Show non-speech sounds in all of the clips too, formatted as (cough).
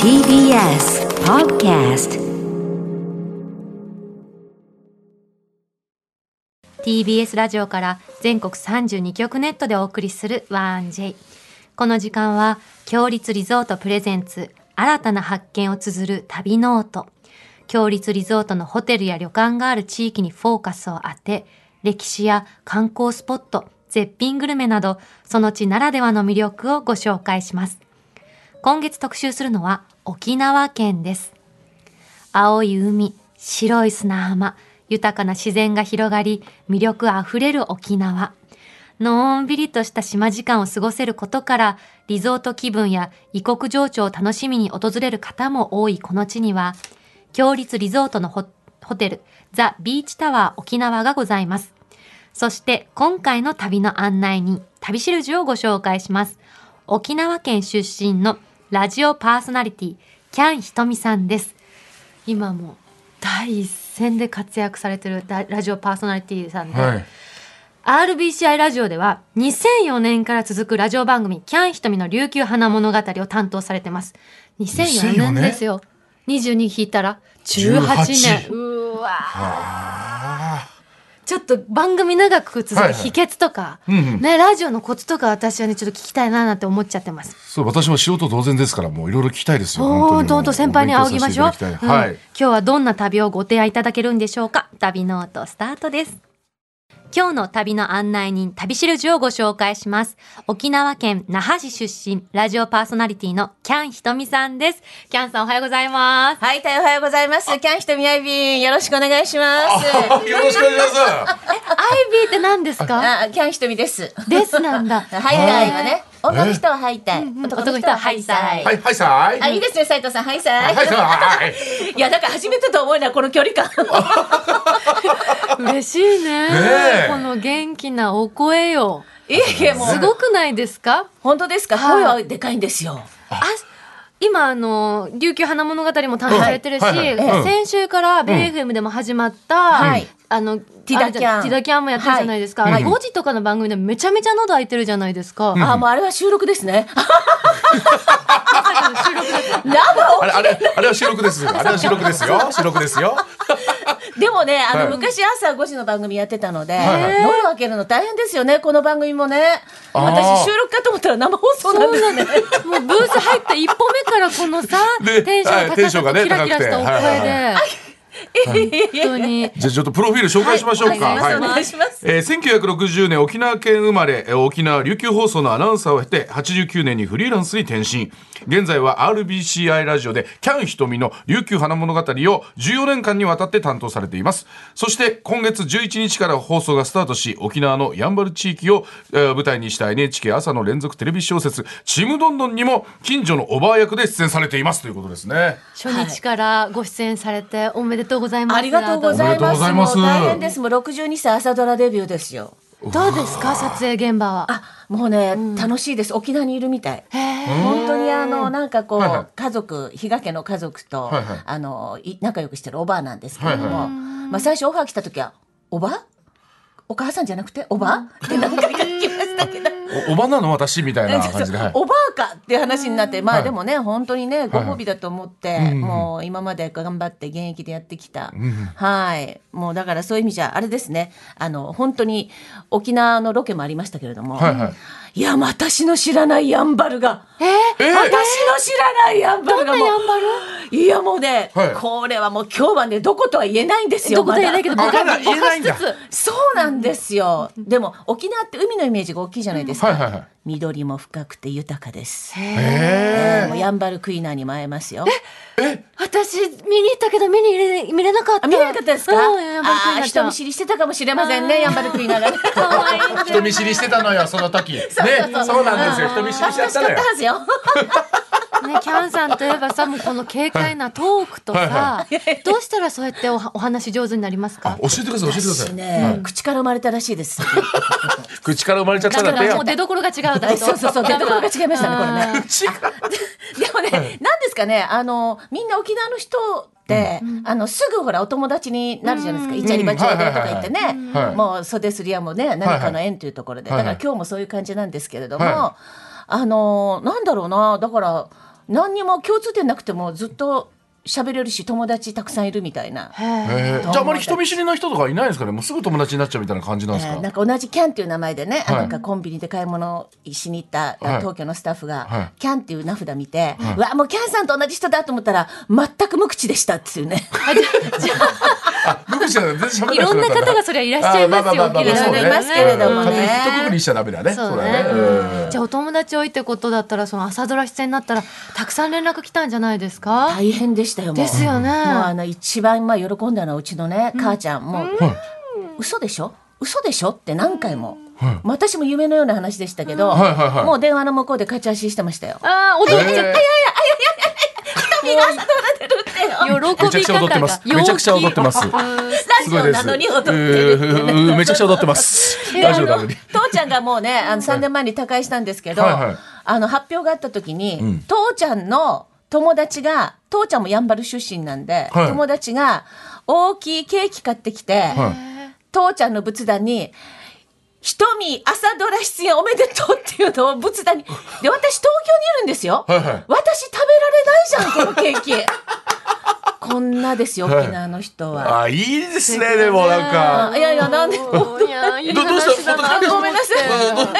TBS Podcast TBS ラジオから全国32局ネットでお送りする 1J この時間は強立リゾートプレゼンツ新たな発見を綴る旅ノート強立リゾートのホテルや旅館がある地域にフォーカスを当て歴史や観光スポット絶品グルメなどその地ならではの魅力をご紹介します今月特集するのは沖縄県です青い海、白い砂浜、豊かな自然が広がり、魅力あふれる沖縄。のんびりとした島時間を過ごせることから、リゾート気分や異国情緒を楽しみに訪れる方も多いこの地には、強立リゾートのホホテル、ザ・ビーチタワー沖縄がございます。そして今回の旅の案内に旅しるじをご紹介します。沖縄県出身のラジオパーソナリティ、キャンひとみさんです。今もう第一線で活躍されてるララジオパーソナリティさんで、はい。 RBCI ラジオでは2004年から続くラジオ番組「キャンひとみの琉球花物語」を担当されてます2004 2004年年ですよ22引いたら18年18うーわーあちょっと番組長く続はいくはい秘訣とか、うんうんね、ラジオのコツとか私はねちょっと聞きたいななんて思っちゃってますあ。そう、私も素人同然ですから、もういろいろ聞きたいですよ。おー本当どんどん先輩に仰ぎましょう、お勉強させてういんただきたいは今い。日はどんな旅をご提案いただけるんでしょうか旅ノートスタートです今日の旅の案内人旅しるじをご紹介します沖縄県那覇市出身ラジオパーソナリティのキャンひとみさんですキャンさんおはようございますはい、大変おはようございます。キャンヒとみあいびん、よろしくお願いします。よろしくお願いします。アイビーって何です (laughs) かあ、キャンヒとみです。ですなんだハイタイはね、女の人はハイタイ、んうん男の人はハイサイ。はい、はい、さーい。あ、いいですね、斉藤さん、ハイサイ。はい、さーい。いや、なんか初めてと思うな、この距離感。嬉しいねねえこの元気なお声よいえいえ、もすう、ごくないですか本当ですか、はい声はでかいんですよ。あ今あの琉球花物語も担当されてるし、はいはいはいうん先週からベイ FM でも始まった、はいあのティダキャンティダキャンもやってるじゃないですか、あはいれはい5時とかの番組でめちゃめちゃ喉開いてるじゃないですか、あ、もうあれは収録ですね。収録だった生をあれ、あれ、あれは収録です。あれは収録ですよ。収録ですよ。でもね、あの、はい昔朝5時の番組やってたので、はいはい夜開けるの大変ですよね、この番組もね。あー私、収録かと思ったら生放送なんですね。もうブース入った一歩目からこの (laughs) さ、ねテンションがはいテンショ高ンがくてねキラキラしたお声高くてで、は本当にじゃあちょっとプロフィール紹介しましょうか。はいお願いしますお願いしますえー1960年沖縄県生まれ、えー沖縄琉球放送のアナウンサーを経て、89年にフリーランスに転身。現在は RBCI ラジオで、キャンひとみの琉球花物語を14年間にわたって担当されています。そして、今月11日から放送がスタートし、沖縄のやんばる地域を、えー舞台にした NHK 朝の連続テレビ小説、ちむどんどんにも、近所のおばあ役で出演されていますということですね。初日からご出演されておめでとうございますありがとうごおめざでというまごす。ざいますもう大変です。もう62歳朝ドラデビューですよ。どうですか撮影現場はあ、もうね、楽しいです。沖縄にいるみたい。へえ本当にあのなんかこう、はいはい家族比嘉家の家族と、はいはいあのい仲良くしてるおばあなんですけれども、はいはいまあ最初オファー来た時はおばお母さんじゃなくておばって何回か聞きましたけど。お、おばなの私みたいな感じで。はいおばあかって話になって、まはあいでもね、本当にね、ご褒美だと思って、うんうんもう今まで頑張って現役でやってきた。うんはい。もうだからそういう意味じゃ、あれですね。あの、本当に沖縄のロケもありましたけれども、はいはい。いや、私の知らないやんばるが、えーえ私の知らないやんばどるんながやもんばるう、いやもうね、はいこれはもう今日はね、どことは言えないんですよ。どことは言えないけど、まだぼかあまだ言えないんだぼかしつつそうなんですよ。でも沖縄って海のイメージが大きいじゃないですか。はいはいはい緑も深くて豊かです。えもうヤンバルクイナーにも会えますよ。私見に行ったけど見に入れ見れなかったあ、見れなかったですか。うんやっぱりあクイー、ナちゃ人ん見知りしてたかもしれませんね、ヤンバルクイナーがね。可愛いんだよね人見知りしてたのよそ (laughs) の時ねそうなんですよ人見知りしちゃ (laughs) 楽っしたかったのよはずよ。ねキャンさんといえばさもうこの軽快なトークとさどうしたらそうやっておお話上手になりますあか教えてください教えてくださ私い、ね、口から生まれたらしいです。口から生まれちゃっただんだかってらもよう出所が違う私と (laughs) そうそうそう、出所が違いましたね、これね。口 (laughs) からでもね、なんですかね、あの、みんな沖縄の人って、あの、すぐほら、お友達になるじゃないですか。イチャリバチャでとか言ってはいはいねはいはい。もう袖すり屋もね、何かの縁というところで。はいはだいから今日もそういう感じなんですけれどはも、あの、なんだろうな、だから、何にも共通点なくてもずっと喋れるし友達たくさんいるみたいな。えじゃああまり人見知りな人とかいないんですかねもうすぐ友達になっちゃうみたいな感じなんですえかーなんか同じキャンっていう名前でね、あはいなんかコンビニで買い物しに行った、はい東京のスタッフが、はいキャンっていう名札見て、うわもうキャンさんと同じ人だと思ったら全く無口でしたってい (laughs) うねあ無口じゃない全然喋いろんなだ方がそりゃいらっしゃいますよあまあまあまあ沖縄そうねいますけれどもねうん勝手に一括りしちゃダメだねそうだねうんじゃあお友達多いってことだったらその朝ドラ出演になったらたくさん連絡来たんじゃないですか大変でしたよもうですよねもうあの一番まあ喜んだのはうちのね、母ちゃんもう、はい嘘でしょ嘘でしょって何回も、はい私も夢のような話でしたけど、はいはいはいもう電話の向こうで勝ち足してましたよああ踊っちゃっえーた喜めちゃびくちゃ踊って方まがすめちゃくちゃ踊ってます陽気うん (laughs) ラジオなのに踊ってるっていうねうんめちゃくちゃ踊っ (laughs) てます。ラジオなのに。父ちゃんがもうねあの3年前に他界したんですけど、はいはいあの発表があった時に、ん父ちゃんの友達が父ちゃんもやんばる出身なんで、はい友達が大きいケーキ買ってきて、は父ちゃんの仏壇に「ひとみ朝ドラ出演おめでとう」っていうのを (laughs) 仏壇にで私東京にいるんですよ、はいはい私食べられないじゃんこのケーキこんなですよ沖縄の人は。あ、いいですね、でもなんか。あいやいやなんでお (laughs) ーいやいいどどうした話だな本当にごめんなさい。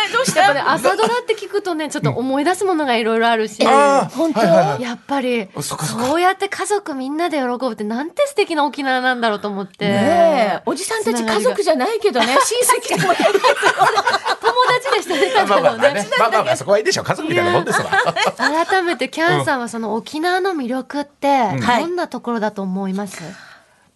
えどうしたやっぱり朝ドラって聞くとねちょっと思い出すものがいろいろあるしあやー本当はいはいはいっぱりそっかそっそうやって家族みんなで喜ぶってなんて素敵な沖縄なんだろうと思って、ねえ、おじさんたち家族じゃないけど (laughs) ね、親戚でもね友達でしたねたまだあまあのまあねね。まあまあまあ、そこはいいでしょう。家族みたいなもんですわ。改めてキャンさんはその沖縄の魅力ってはいどんなところだと思います、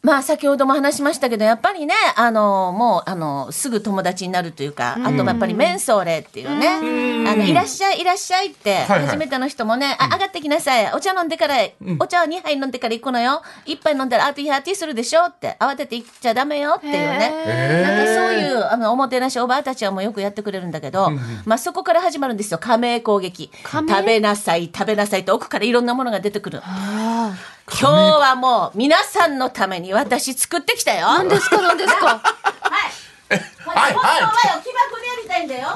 まあ先ほども話しましたけど、やっぱりね、あの、もう、あの、すぐ友達になるというか、あとやっぱりメンソーレっていうね、あの、いらっしゃい、いらっしゃいって、はいはい初めての人もね、あ、上がってきなさい、お茶飲んでから、お茶を2杯飲んでから行くのよ、1杯飲んだらアーティーハーティーするでしょって、慌てて行っちゃダメよっていうね。へなんかーそういうあのおもてなしおばあたちはもうよくやってくれるんだけど、まあそこから始まるんですよ加盟攻撃加食盟べなさい食べなさいと奥からいろんなものが出てくるあ今日はもう皆さんのために私作ってきたよあ何ですか何ですかはいはい。よ木箱でやりたいんだよ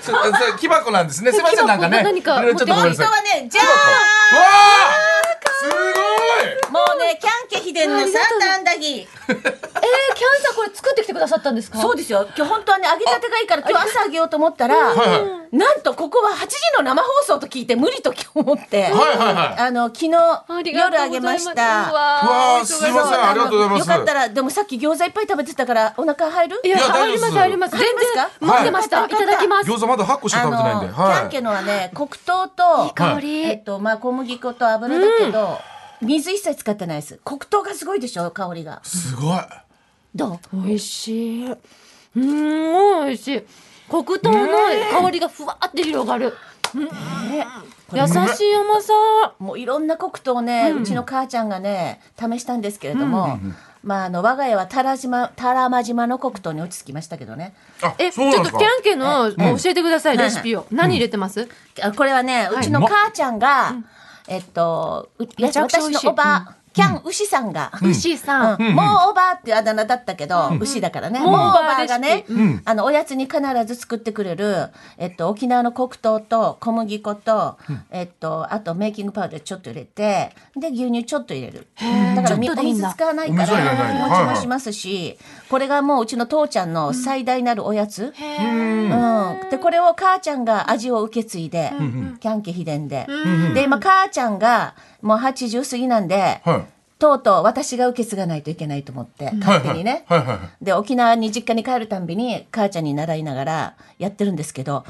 そそれ木箱なんですね。すみませんなんかね。木箱何かいろいろちょっとごめんなさい。本当はねじゃ木箱わあ。すあもうねキャンケ秘伝のサーターアンダギーえー、キャンさんこれ作ってきてくださったんですかそうですよ今日本当はね揚げたてがいいから今日朝揚げようと思ったごらい。はいはい。なんとここは8時の生放送と聞いて無理と思って、はいはいはいあの昨日ありがと夜うござあげいまますしたうわーうわーすいませんありがとうございますよかったらでもさっき餃子いっぱい食べてたからお腹入るいやいやあ大丈夫りですますあります全大丈夫然ですか待ってましたはいいただきます餃子まだ8個しかあ食べてないんの、で。キャンはケのはね黒糖といい香り、えっとまあ小麦粉と油だけど、水一切使ってないです黒糖がすごいでしょ香りがい。すごい。どう美味しい。うーん、美味しい。黒糖の香りがふわって広がる。うん優しい甘さ。もういろんな黒糖をね、うちの母ちゃんがね試したんですけれども、まああの我が家は多良島多良間島の黒糖に落ち着きましたけどねあえ、ちそうょっなんとですキかャ。ンケの教えてください、はいレシピを。何入れてますあこれはね、うちの母ちゃんが、えっと、うめちゃくちゃ美私味しいのおば、キャン牛さんが、牛さん。うんもうおばっていうあだ名だったけど、牛だからね、もうおばがね、あのおやつに必ず作ってくれる、えっと、沖縄の黒糖と小麦粉と、えっと、あとメイキングパウダーちょっと入れてで牛乳ちょっと入れるだからみちょっおとでいいんだ水使わないかお水は入れないらんだ日持ちもしますしこれがもううちの父ちゃんの最大なるおやつ、うん、でこれを母ちゃんが味を受け継いで、キャンケ秘伝で、で今母ちゃんがもう80過ぎなんで、はいとうとう私が受け継がないといけないと思って、勝手にね、はいはいはいはで沖縄に実家に帰るたんびに母ちゃんに習いながらやってるんですけど、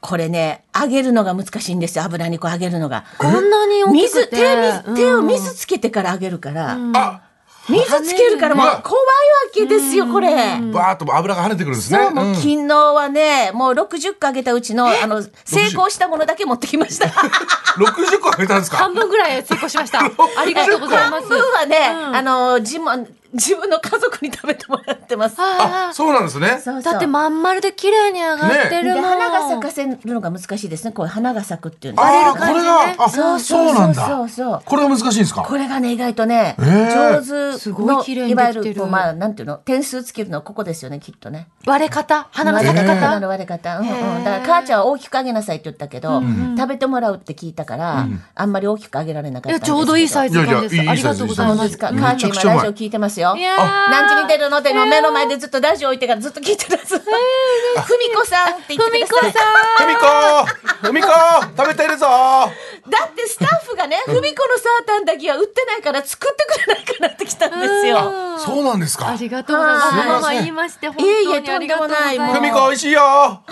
これね揚げるのが難しいんですよ油にこう揚げるのが。こんなに大き水くて。手水手をうん水つけてから揚げるから、あ、水つけるからもう跳ねるね怖いわけですよこれ。バーっと油が跳ねてくるんですね。そう、もううん昨日はね、もう60個あげたうちの、あの、成功したものだけ持ってきました。 (laughs) 60個あげたんですか (laughs) 半分ぐらい成功しました。ありがとうございま半す。分はね、あの、自慢、自分の家族に食べてもらってます。ああ、そうなんですね。そうそうだってまん丸で綺麗に上がってでるもん。花が咲かせるのが難しいですね。こういう花が咲くっていうの。ああ、こ感れじねが、あ、そうそそううそなんうそだう。そう。これが難しいんですかこれがね意外とね、ー上手すごのい綺麗いにできてるわゆるこうまあなんていうの点数つけるのはここですよねきっとね。割れ方花の咲きえー花方、の割れ方、うんへうえん、だから母ちゃんは大きくあげなさいって言ったけど、ん食べてもらうって聞いたから、あんまり大きくあげられなかいやったんでちすけょうどいいサイズ感です。いやいやいいありがとうございそまうす。ですか。うん母ちゃんめちゃく今ちゃうまいラジオ聞いてますよ。いやー何時に出るのっての目の前でずっとラジオ置いてからずっと聞いてるやつ。ふみこさんって言ってくださふい。みこふみこ食べてるぞだってスタッフがね、ふみこのサータンだけは売ってないから作ってくれないかなってきたんですよ。そうなんですかありがとうございます。はいママ言いまして本いえい当えにありがとうございます。とんでもないふもみうこ美味しいよあ本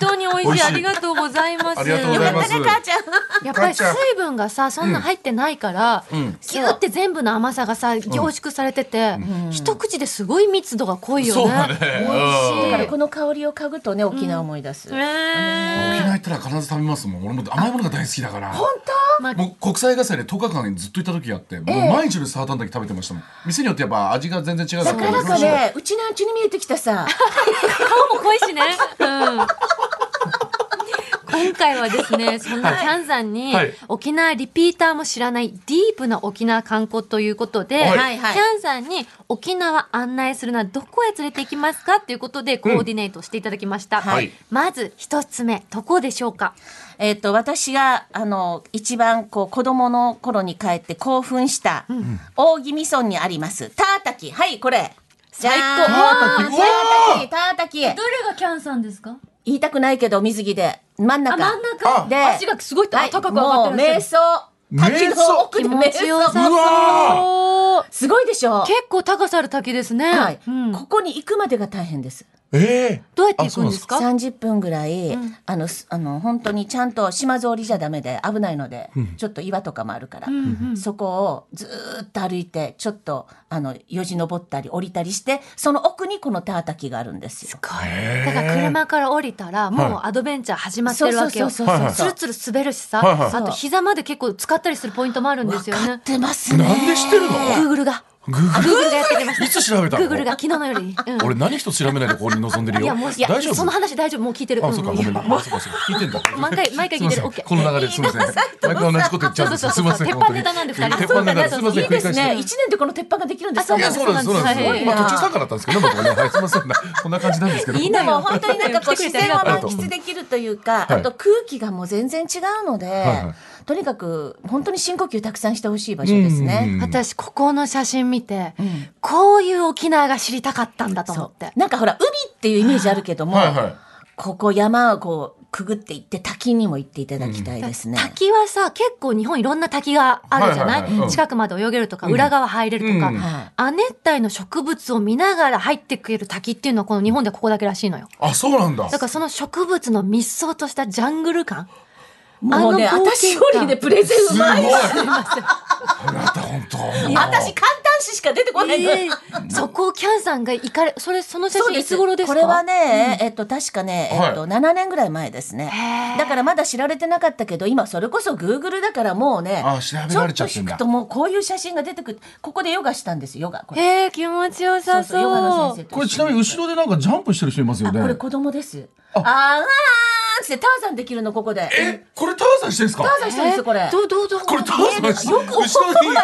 当に美美味味ししい。いありがとうございます。ありがとうございますね、母ちゃん。やっぱりか水っちゃん分がさそんな入ってないから、ギュって全部の甘さがさ凝縮されてて、一口ですごい密度が濃いよね。そうだねだから美味しい。この香りを嗅ぐとね、沖縄思い出す。ねえ沖縄行ったら必ず食べますもん俺も甘いものが大好きだからまあもう国際合戦で10日間ずっといた時があってもう毎日のサータンだけ食べてましたもん店によってやっぱ味が全然違うだからかね、うちのうちに見えてきたさ。顔も濃いしね。うん。今回はですね、そんなキャンさんに、はい沖縄リピーターも知らないディープな沖縄観光ということで、はいはいはいキャンさんに沖縄案内するのはどこへ連れて行きますかということでコーディネートしていただきました。はいまず一つ目、どこでしょうかえっと、私が、あの、一番、こう、子供の頃に帰って興奮した、大宜味村にあります、タータキ。はい、これ。じゃーん最高タータキうわータータキ、タータキ。れがキャンさんですか言いたくないけど、水着で。真ん中。真ん中あで、足がすごい高はく上がってらっしゃるもう、瞑想。滝の奥気で持瞑ちよさ想。うそわう。すごいでしょ結構高さある滝ですね。はい、うんここに行くまでが大変です。ええどうやって行くんですか30分ぐらい、あのすあの本当にちゃんと島ぞりじゃダメで危ないので、ちょっと岩とかもあるから、そこをずーっと歩いてちょっとあのよじ登ったり降りたりしてその奥にこのタータキがあるんですよ。だから車から降りたらもうアドベンチャー始まってるわけよ。ツそうそうそうそうルツル滑るしはいはさい、あと膝まで結構使ったりするポイントもあるんですよ分かっね。てますね。なんで知ってるのグーグルが、グーグーグルがやってきまグルいしつ調べた。たグのーグルが昨日の夜に。うん俺何一つ調べないでここに臨んでるいよやもういや大丈夫その話大丈夫もう聞いてる。あ、そうか、うんごめんな。あそうか、そうか、聞いてんだ。 (laughs) 毎回毎回聞いてるすま OK せんこの流れ、すみません。いいな毎回同じこと言っちゃうんですよ。すそうみそうまそうそせ。うん鉄板ネ本タなん当にで二人鉄板ネタ、すみません。いい繰り返ですして。ね。一年でこの鉄板ができるんですあよいや、そうなんです、そうなんそです。うなんですまあ、途中参加だったんですけどね、僕はね。はい、すみま (laughs) せん。こんな感じなんですけど。いいでなも本当になんかこう来てく自れて然をありが満とう喫できるというか、はいあと空気がもう全然違うので、いはとにかく本当に深呼吸たくさんしてほしい場所ですね。私ここの写真見て、こういう沖縄が知りたかったんだと思そって。うなんかほら海っていうイメージあるけども、はいはいここ山をこうくぐっていって滝にも行っていただきたいですね。滝はさ結構日本いろんな滝があるじゃない,、はいはいはいうん近くまで泳げるとか、裏側入れるとか、うんは亜熱帯の植物を見ながら入ってくれる滝っていうのはこの日本ではここだけらしいのよあ、そうなんだだ。からその植物の密相としたジャングル感もうねあの冒険私よりねプレゼンすうごい。まい。あなた、本当。私簡単詞しか出てこないのよ。ええそこをキャンさんが行かれそれその写そう真いつ頃ですかこれはね、えっと確かね、えっとは7年ぐらい前ですへねー。だからまだ知られてなかったけど、今それこそグーグルだからもうねあ、調べちょられっちゃとってん引だくともうこういう写真が出てくる。ここでヨガしたんですよ。ヨガこれ。ええ気持ちよさそうヨガの先生と一緒これ、ちなみに、後ろでなんかジャンプしてる人いますよあね。これ子供です。ああーんってターザンできるのここで。え、これ、ターザンしてんすかターザンしてるんですよこれ。どうどうどうこれ、ターザンしてる。よく後ろに、なんだ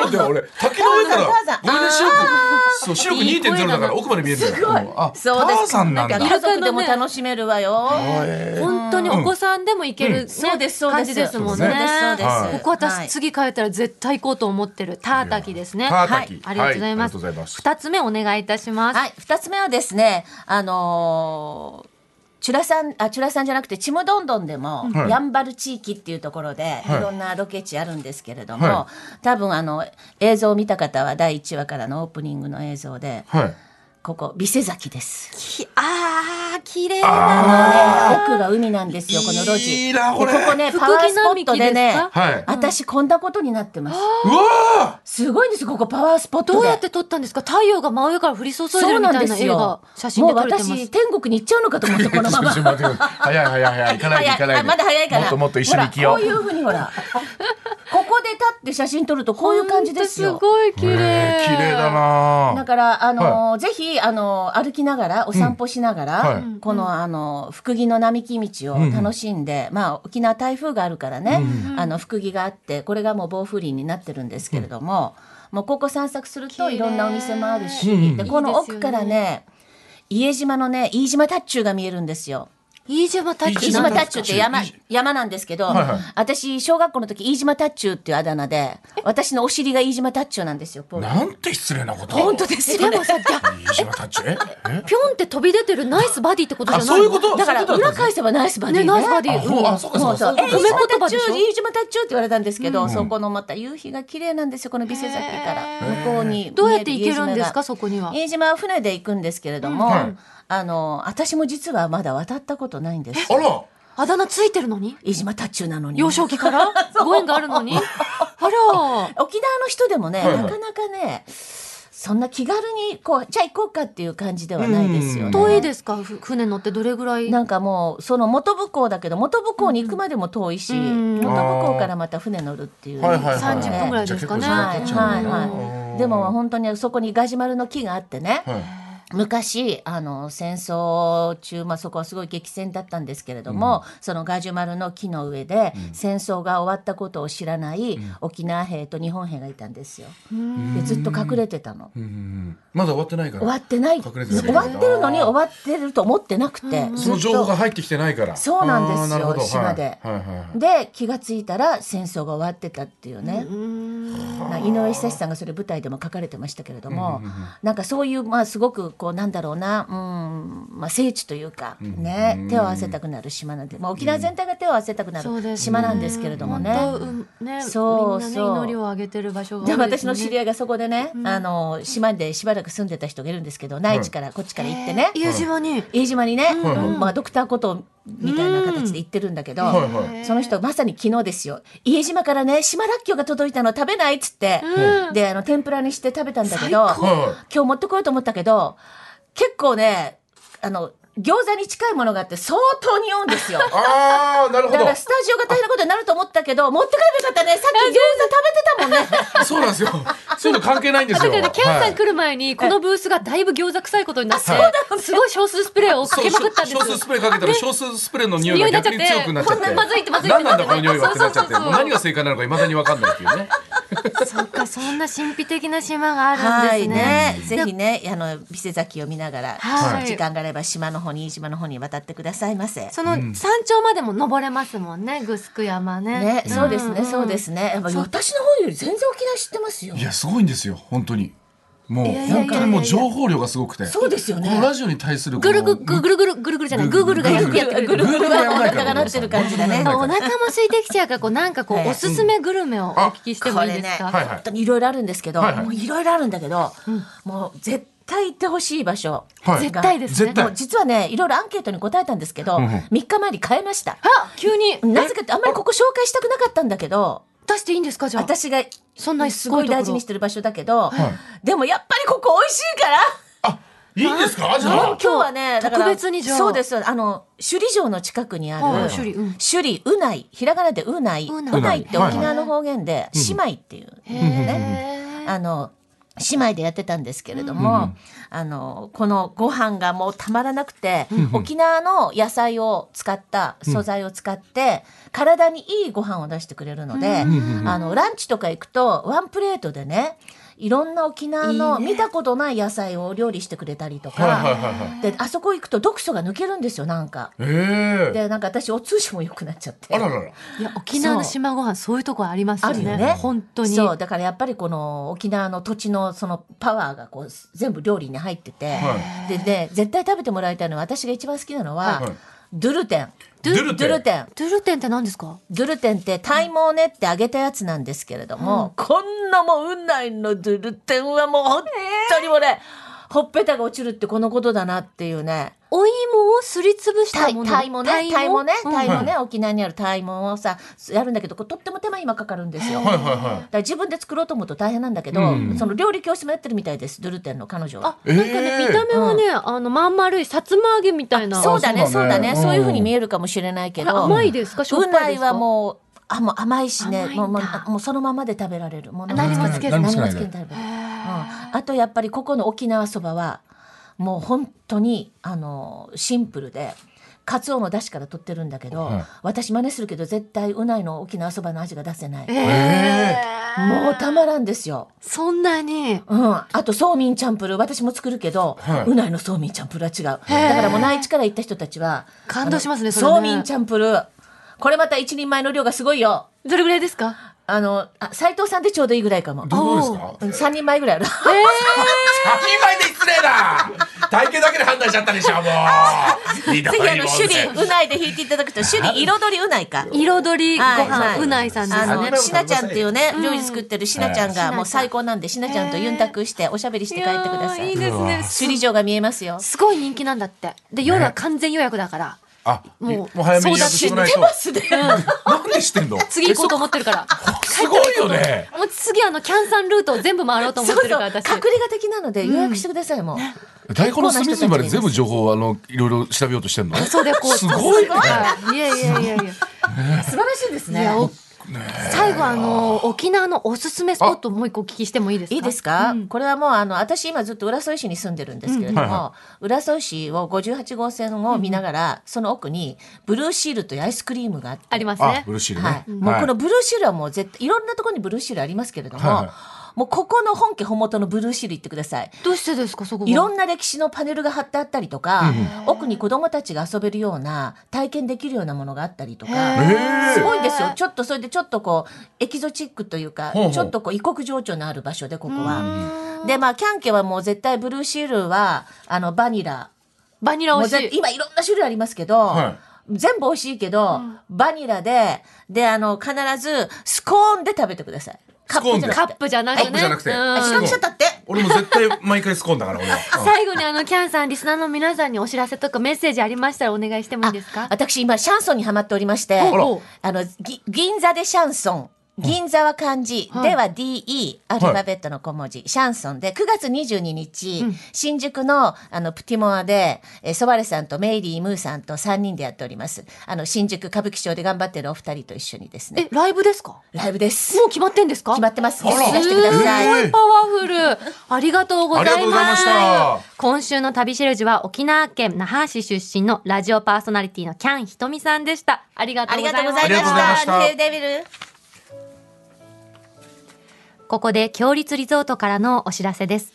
ろうって、俺、滝の上からターザン、ターザンゴリラ視力、そう、視力いい声だな2.0だから奥まで見えるんだすごいよ。あ、タそうですーザンなんだか。家族でも楽しめるわよ。本当にお子さんでも行ける、ねそうですそう感ですじですもんねそうですそうですはいここは私い次帰ったら絶対行こうと思ってるタータキですねタータキはい、ありがとうございますはいありがとうございます二つ目お願いいたします、はい、二つ目はですね、あのーチュラさんあチュラさんじゃなくてちむどんどんでも、はいやんばる地域っていうところで、はいい、ろんなロケ地あるんですけれども、は多分あの映像を見た方は第1話からのオープニングの映像ではい。ここ美瀬崎ですきあー綺麗でな奥が海なんですよこの路地いいなこれでここね福パワー木スポ並ッ木トでですねか、はい。私こんなことになってますうわすごいんですよここパワースポットでどうやって撮ったんですか太陽が真上から降り注いでそるうみなんたでいなす映画よ写真でもう撮れてます私天国に行っちゃうのかと思ってこのま (laughs) まちょっと待ってください早い早い早い行かないで早行かないであまだ早いからもっともっと一緒に行きよ (laughs) ほらこういうふうにほらここで立っって写真撮るとこういう感じですよほんとすごい綺麗。えー綺麗だなだから、あのーぜひ、あのー歩きながら、お散歩しながら、うんはこの、あのー福木の並木道を楽しんで、まあ、沖縄台風があるからね、あの、福木があって、これがもう暴風林になってるんですけれども、もうここ散策すると綺麗いろんなお店もあるし、うんで、このいいですよ奥ねからね、家島のね、飯島タッチューが見えるんですよ。飯島タッチ飯なん島でタすかッチューって山飯島山なんですけど、はいはい私、小学校の時、飯島タッチューっていうあだ名で、私のお尻が飯島タッチューなんですよ、ポールなんて失礼なこと本当ですよ、ね。飯島たちええピョンって飛び出てるナイスバディってことじゃなあいそういうこのとだからそういうこと裏返せばナイスバディねナイスバディあほうあそうかそうかそうそういうことえか褒め言葉でしょ飯島タッチューって言われたんですけど、そこのまた夕日が綺麗なんですよこの美勢崎から向こうに見えどうやって行けるんですか飯島がそこには。飯島は船で行くんですけれども、はいあの私も実はまだ渡ったことないんですあらあだ名ついてるのに飯島タッチューなのに幼少期から (laughs) ご縁があるのにあら沖縄の人でもね、はいはいなかなかねそんな気軽にこうじゃあ行こうかっていう感じではないですよね遠いですかふ船乗ってどれぐらいなんかもうその元武港だけど元武港に行くまでも遠いうし、ん元武港からまた船乗るっていう、はいはいはい30分ぐらいですかねじゃあはい結構時は間いかかっちゃうんだなはいでも本当にそこにガジュマルの木があってね、はい昔あの戦争中、まあ、そこはすごい激戦だったんですけれども、そのガジュマルの木の上で戦争が終わったことを知らない沖縄兵と日本兵がいたんですよ。でずっと隠れてたの。うんうんまだ終わってないから終わってない隠れてたんだ終わってるのに終わってると思ってなくて、ずっとその情報が入ってきてないからそうなんですよあーるほど島ではいはいはいで気がついたら戦争が終わってたっていうね、まあ井上久志さんがそれ舞台でも書かれてましたけれども、なんかそういう、まあ、すごくこうなんだろうな、うんまあ、聖地というか、ね手を合わせたくなる島なんで、まあ、沖縄全体が手を合わせたくなそうですねる島なんですけれどもね。本当うんねそうみんなねそう祈りをあげてる場所がで多いで私すねの知り合いがそこでね、あの島でしばらく住んでた人がいるんですけど内地からこっちから行ってね、えー家島に飯島にね、んまあ、ドクターことみたいな形で行ってるんだけど、はいはいその人まさに昨日ですよ家島からね島らっきょうが届いたの食べないっつって、であの天ぷらにして食べたんだけど最今は日持ってこようと思ったけど結構ねあの餃子に近いものがあって相当に多いんですよ。いああなるほだからスどタジオが大変なことになると思ったけど持って帰ればよかったねさっき餃子食べてたもんね。そうなんですよそういうの関係ないんですだよからね、ケンはさいん来る前に、このブースがだいぶ餃子臭いことになって、すごい少数スプレーをかそうけまくったんですよ。少数スプレーかけたら少数スプレーの匂い匂いがになっちゃっ逆てに強くなっちゃってこんなまずいってまずいって何なんだこの匂いはってなっちゃっそうそてうそうもう何が正解なのかいまだに分かんないっていうねそっか、そんな神秘的な島があはるいんですね。ね、ぜひね、あの、伊勢崎を見ながら、はい時間があれば島の方に、飯島の方に渡ってくださいませ。その山頂までも登れますもんね、グスク山ね。ね、そうですんね、んそうですね。やっぱ私の方より全然沖縄知ってますよい。やすごいんですよ本当にもういやいやいやいや本当にもう情報量がすごくてそうですよこね。のラジオに対するこぐのるぐぐるぐるぐるぐるじゃない、グーグルがやってやってくぐれるる。ぐるがお腹がなってる感じだねお。腹も空いてきちゃうから、こうなんかこはう、いおすすめグルメをお聞きしてもいいですこか。はれね、いはい本当にいろいろあるんですけど、はいはいもういろいろあるんだけど、もう絶対行ってほしい場所。はい絶対ですね絶もう対実はね、いろいろアンケートに答えたんですけど、んうん3日前に変えました。あ、急になぜかってあんまりここ紹介したくなかったんだけど、出していいんですか、じゃあ。私がそんな。すごい大事にしててる場所だけど、いでもやっぱりここ美味しいからあいいんですかじゃ今あ日はねだから特別にじゃあそうですあの首里城の近くにある、はい首里うん首里うないひらがなでうないウうナイないってはい沖縄の方言で姉妹っていう、へーあの姉妹でやってたんですけれども、あのこのご飯がもうたまらなくて、沖縄の野菜を使った素材を使って、体にいいご飯を出してくれるので、あのランチとか行くとワンプレートでねいろんな沖縄の見たことない野菜をお料理してくれたりとか、はいはいはいはいであそこ行くと読書が抜けるんですよなんか。ええでなんか私お通じも良くなっちゃってあらららいや、沖縄の島ご飯、そういうとこありますよあるよねね。本当に。そうだからやっぱりこの沖縄の土地のそのパワーがこう全部料理に入ってて、はでね絶対食べてもらいたいのは私が一番好きなのは、はいはいドゥルテンドゥルテンドゥルテントゥルテンって何ですかドゥルテンって体毛ねって揚げたやつなんですけれども、こんなもううないのドゥルテンはもう本当にもうね、ほっぺたが落ちるってこのことだなっていうね。お芋をすりつぶしたタイものタイもね、タイもね、タイももね、沖縄にあるタイもをさ、やるんだけど、これとっても手間今かかるんですよ。はいはいはだから自分で作ろうと思うと大変なんだけど、その料理教室もやってるみたいです、ドゥルテンの彼女は。あなんかねえー見た目はねあのまん丸いさつま揚げみたいなそうだね、そそううだだねね、うんそういうふうに見えるかもしれないけあれど。甘いですかしょっぱいですかうないはもう、あもう甘いしね甘いんだもうもうあもうそのままで食べられるもう何もつけず何何ももつつけけなないいでで食べる、うんあとやっぱりここの沖縄そばはもう本当にあのシンプルで。カツオの出汁から取ってるんだけど、はい私真似するけど絶対うないの沖縄そばの味が出せない、えーもうたまらんですよそんなにうん、あとそうみんチャンプルー私も作るけど、はいうないのそうみんチャンプルーは違うだからもう内地から行った人たちは感動しますねあのそれねそうみんチャンプルーこれまた一人前の量がすごいよどれぐらいですかあのあ斎藤さんでちょうどいいぐらいかも、どうですかうん、3人前ぐらいあ (laughs) る人前で失礼だ体型だけで判断しちゃったでし (laughs) ょもうぜひあの首里うないで引いていただくと首里彩りうないか彩りごはい飯、はいうないさんであすのねしなちゃんっていうね料理作ってるしなちゃんがもう最高なんでしなちゃんとユンタクしておしゃべりして帰ってくださやーいいい首ですね里城が見えますよすごい人気なんだってで夜は完全予約だから、あもうもう早めに予約してもらえ出とますねなんでしてん (laughs) の次行こうと思ってるからすごいよねもう次あのキャンさんルートを全部回ろうと思そっうそてうるから隠れ家私的なので予約してくださいもう、大根の隅々まで全部情報をあのいろいろ調べようとしてんのそうでこうすごいねいやいやいやいや素晴らしいですいやお最後あの沖縄のおすすめスポットもう一個お聞きしてもいいですかいいですか、うんこれはもうあの私今ずっと浦添市に住んでるんですけれども、浦添市を58号線を見ながら、その奥にブルーシールというアイスクリームがあってありますあねブルーシールはねい、もうこのブルーシールはもう絶対いろんなところにブルーシールありますけれども、はいはもうここの本家本元のブルーシール行ってくださいどうしてですかそこがいろんな歴史のパネルが貼ってあったりとか、奥に子供たちが遊べるような体験できるようなものがあったりとか、へすごいですよ。ちょっとそれでちょっとこうエキゾチックというか、ほうほうちょっとこう異国情緒のある場所でここは。でまあキャンケはもう絶対ブルーシールはあのバニラ。バニラも美う味ぜしい今いろんな種類ありますけど。は全部美味しいけど、バニラで、で、あの、必ず、スコーンで食べてください。カップじゃなくて。カップじゃなくカッてプねじゃなくてうんあ、しかもちゃったって。俺も絶対毎回スコーンだから俺 (laughs) は最後にあのキャンさんリスナーの皆さんにお知らせとかメッセージありましたらお願いしてもいいですか私今シャンソンにハマっておりまして、あらあの、ぎ銀座でシャンソン。銀座は漢字、はいでは DE、アルファベットの小文字、シャンソンで、9月22日、新宿の、あの、プティモアで、えー、ソバレさんとメイリー・ムーさんと3人でやっております。あの、新宿歌舞伎町で頑張ってるお二人と一緒にですえね、ライブですかもライブです。う決まってんですか決まってます。ぜひいらしてすください。ごいパワフル。ありがとうございまありがとうございましすた。今週の旅しるじは沖縄県那覇市出身のラジオパーソナリティのキャンひとみさんでした。ありがとあうりござがいとうごまざすあい。まりがとうございまし。したたニューデビル。ここで強立リゾートからのお知らせです。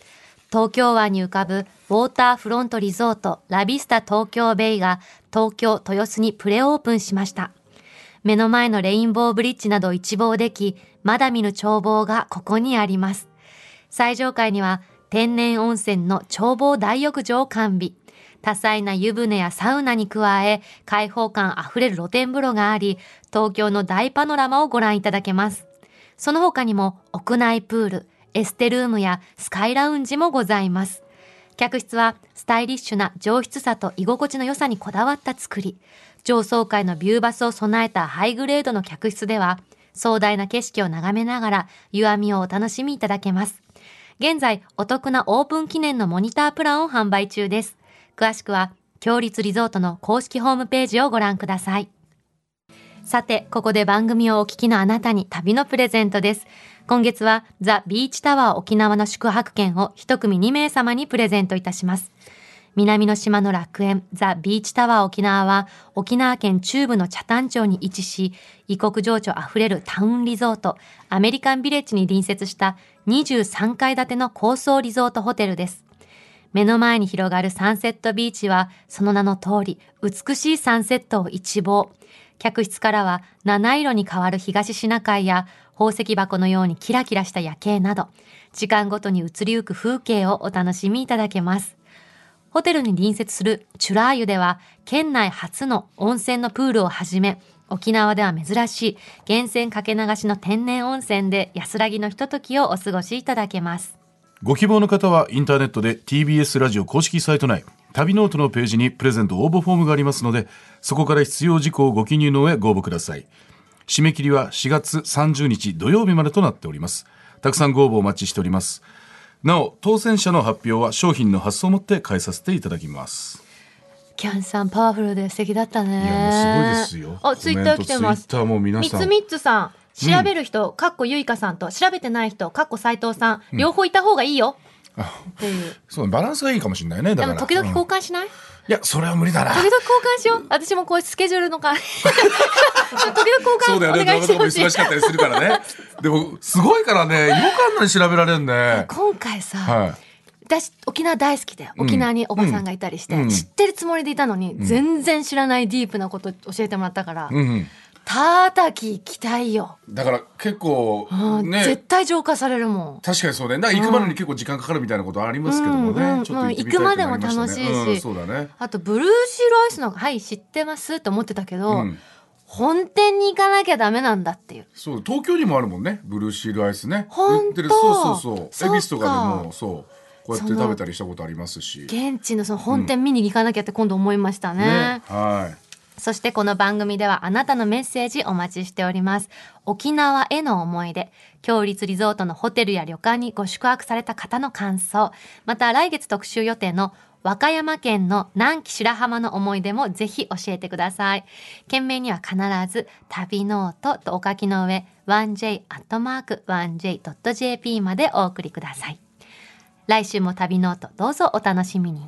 東京湾に浮かぶウォーターフロントリゾートラビスタ東京ベイが東京豊洲にプレオープンしました。目の前のレインボーブリッジなどを一望でき、まだ見ぬ眺望がここにあります。最上階には天然温泉の眺望大浴場を完備。多彩な湯船やサウナに加え、開放感あふれる露天風呂があり、東京の大パノラマをご覧いただけます。その他にも屋内プール、エステルームやスカイラウンジもございます。客室はスタイリッシュな上質さと居心地の良さにこだわった作り。上層階のビューバスを備えたハイグレードの客室では、壮大な景色を眺めながら湯あみをお楽しみいただけます。現在、お得なオープン記念のモニタープランを販売中です。詳しくは、強立リゾートの公式ホームページをご覧ください。さて、ここで番組をお聞きのあなたに旅のプレゼントです。今月はザ・ビーチタワー沖縄の宿泊券を一組2名様にプレゼントいたします。南の島の楽園、ザ・ビーチタワー沖縄は、沖縄県中部の北谷町に位置し、異国情緒あふれるタウンリゾート、アメリカンビレッジに隣接した23階建ての高層リゾートホテルです。目の前に広がるサンセットビーチは、その名の通り、美しいサンセットを一望。客室からは、七色に変わる東シナ海や、宝石箱のようにキラキラした夜景など、時間ごとに移りゆく風景をお楽しみいただけます。ホテルに隣接するチュラー湯では、県内初の温泉のプールをはじめ、沖縄では珍しい源泉かけ流しの天然温泉で安らぎのひとときをお過ごしいただけます。ご希望の方はインターネットで TBS ラジオ公式サイト内旅ノートのページにプレゼント応募フォームがありますのでそこから必要事項をご記入の上ご応募ください締め切りは4月30日土曜日までとなっておりますたくさんご応募お待ちしておりますなお当選者の発表は商品の発送をもって返させていただきますキャンさんパワフルで素敵だったね。いやもうすごいですよあ、ツイッター来てます。コメントツイッターも皆さんみつみっつさん。調べる人、かっこゆいかさんと、調べてない人、かっこ斎藤さん、両方いた方がいいよ。っていう。そうバランスがいいかもしれないねだでかも、ら時々うん交換しない、いやそれは無理だな時々交換しよう。私もこういうスケジュールのか。時々そう交換だよおね願いしてほしい。忙しかったりするからねでもすごいからねよくあんなに調べられる (laughs) ね今回さ、は私沖縄大好きで沖縄におばさんがいたりして、うん知ってるつもりでいたのに、全然知らないディープなこと教えてもらったから、い、うん、たたき行きたいよ、だから結構うん絶ね対浄化されるもん。確かにそうねなんか行くまでに結構時間かかるみたいなことありますけどもね、うんうんちょっと行ってみたいってなりましたね行くまでも楽しいしうんそうだねあとブルーシーライスの「はい知ってます」と思ってたけど、うん本店に行かなきゃダメなんだっていうそう東京にもあるもんねブルーシールアイスねほんと売ってるそうそうそそっうか恵比寿とかでもそうこうやって食べたりしたことありますし現地のその本店見に行かなきゃって今度思いましたねねはいそしてこの番組ではあなたのメッセージお待ちしております。沖縄への思い出、強立リゾートのホテルや旅館にご宿泊された方の感想、また来月特集予定の和歌山県の南紀白浜の思い出もぜひ教えてください。件名には必ず旅ノートとお書きの上 1j.1j.jp までお送りください。来週も旅ノートどうぞお楽しみに。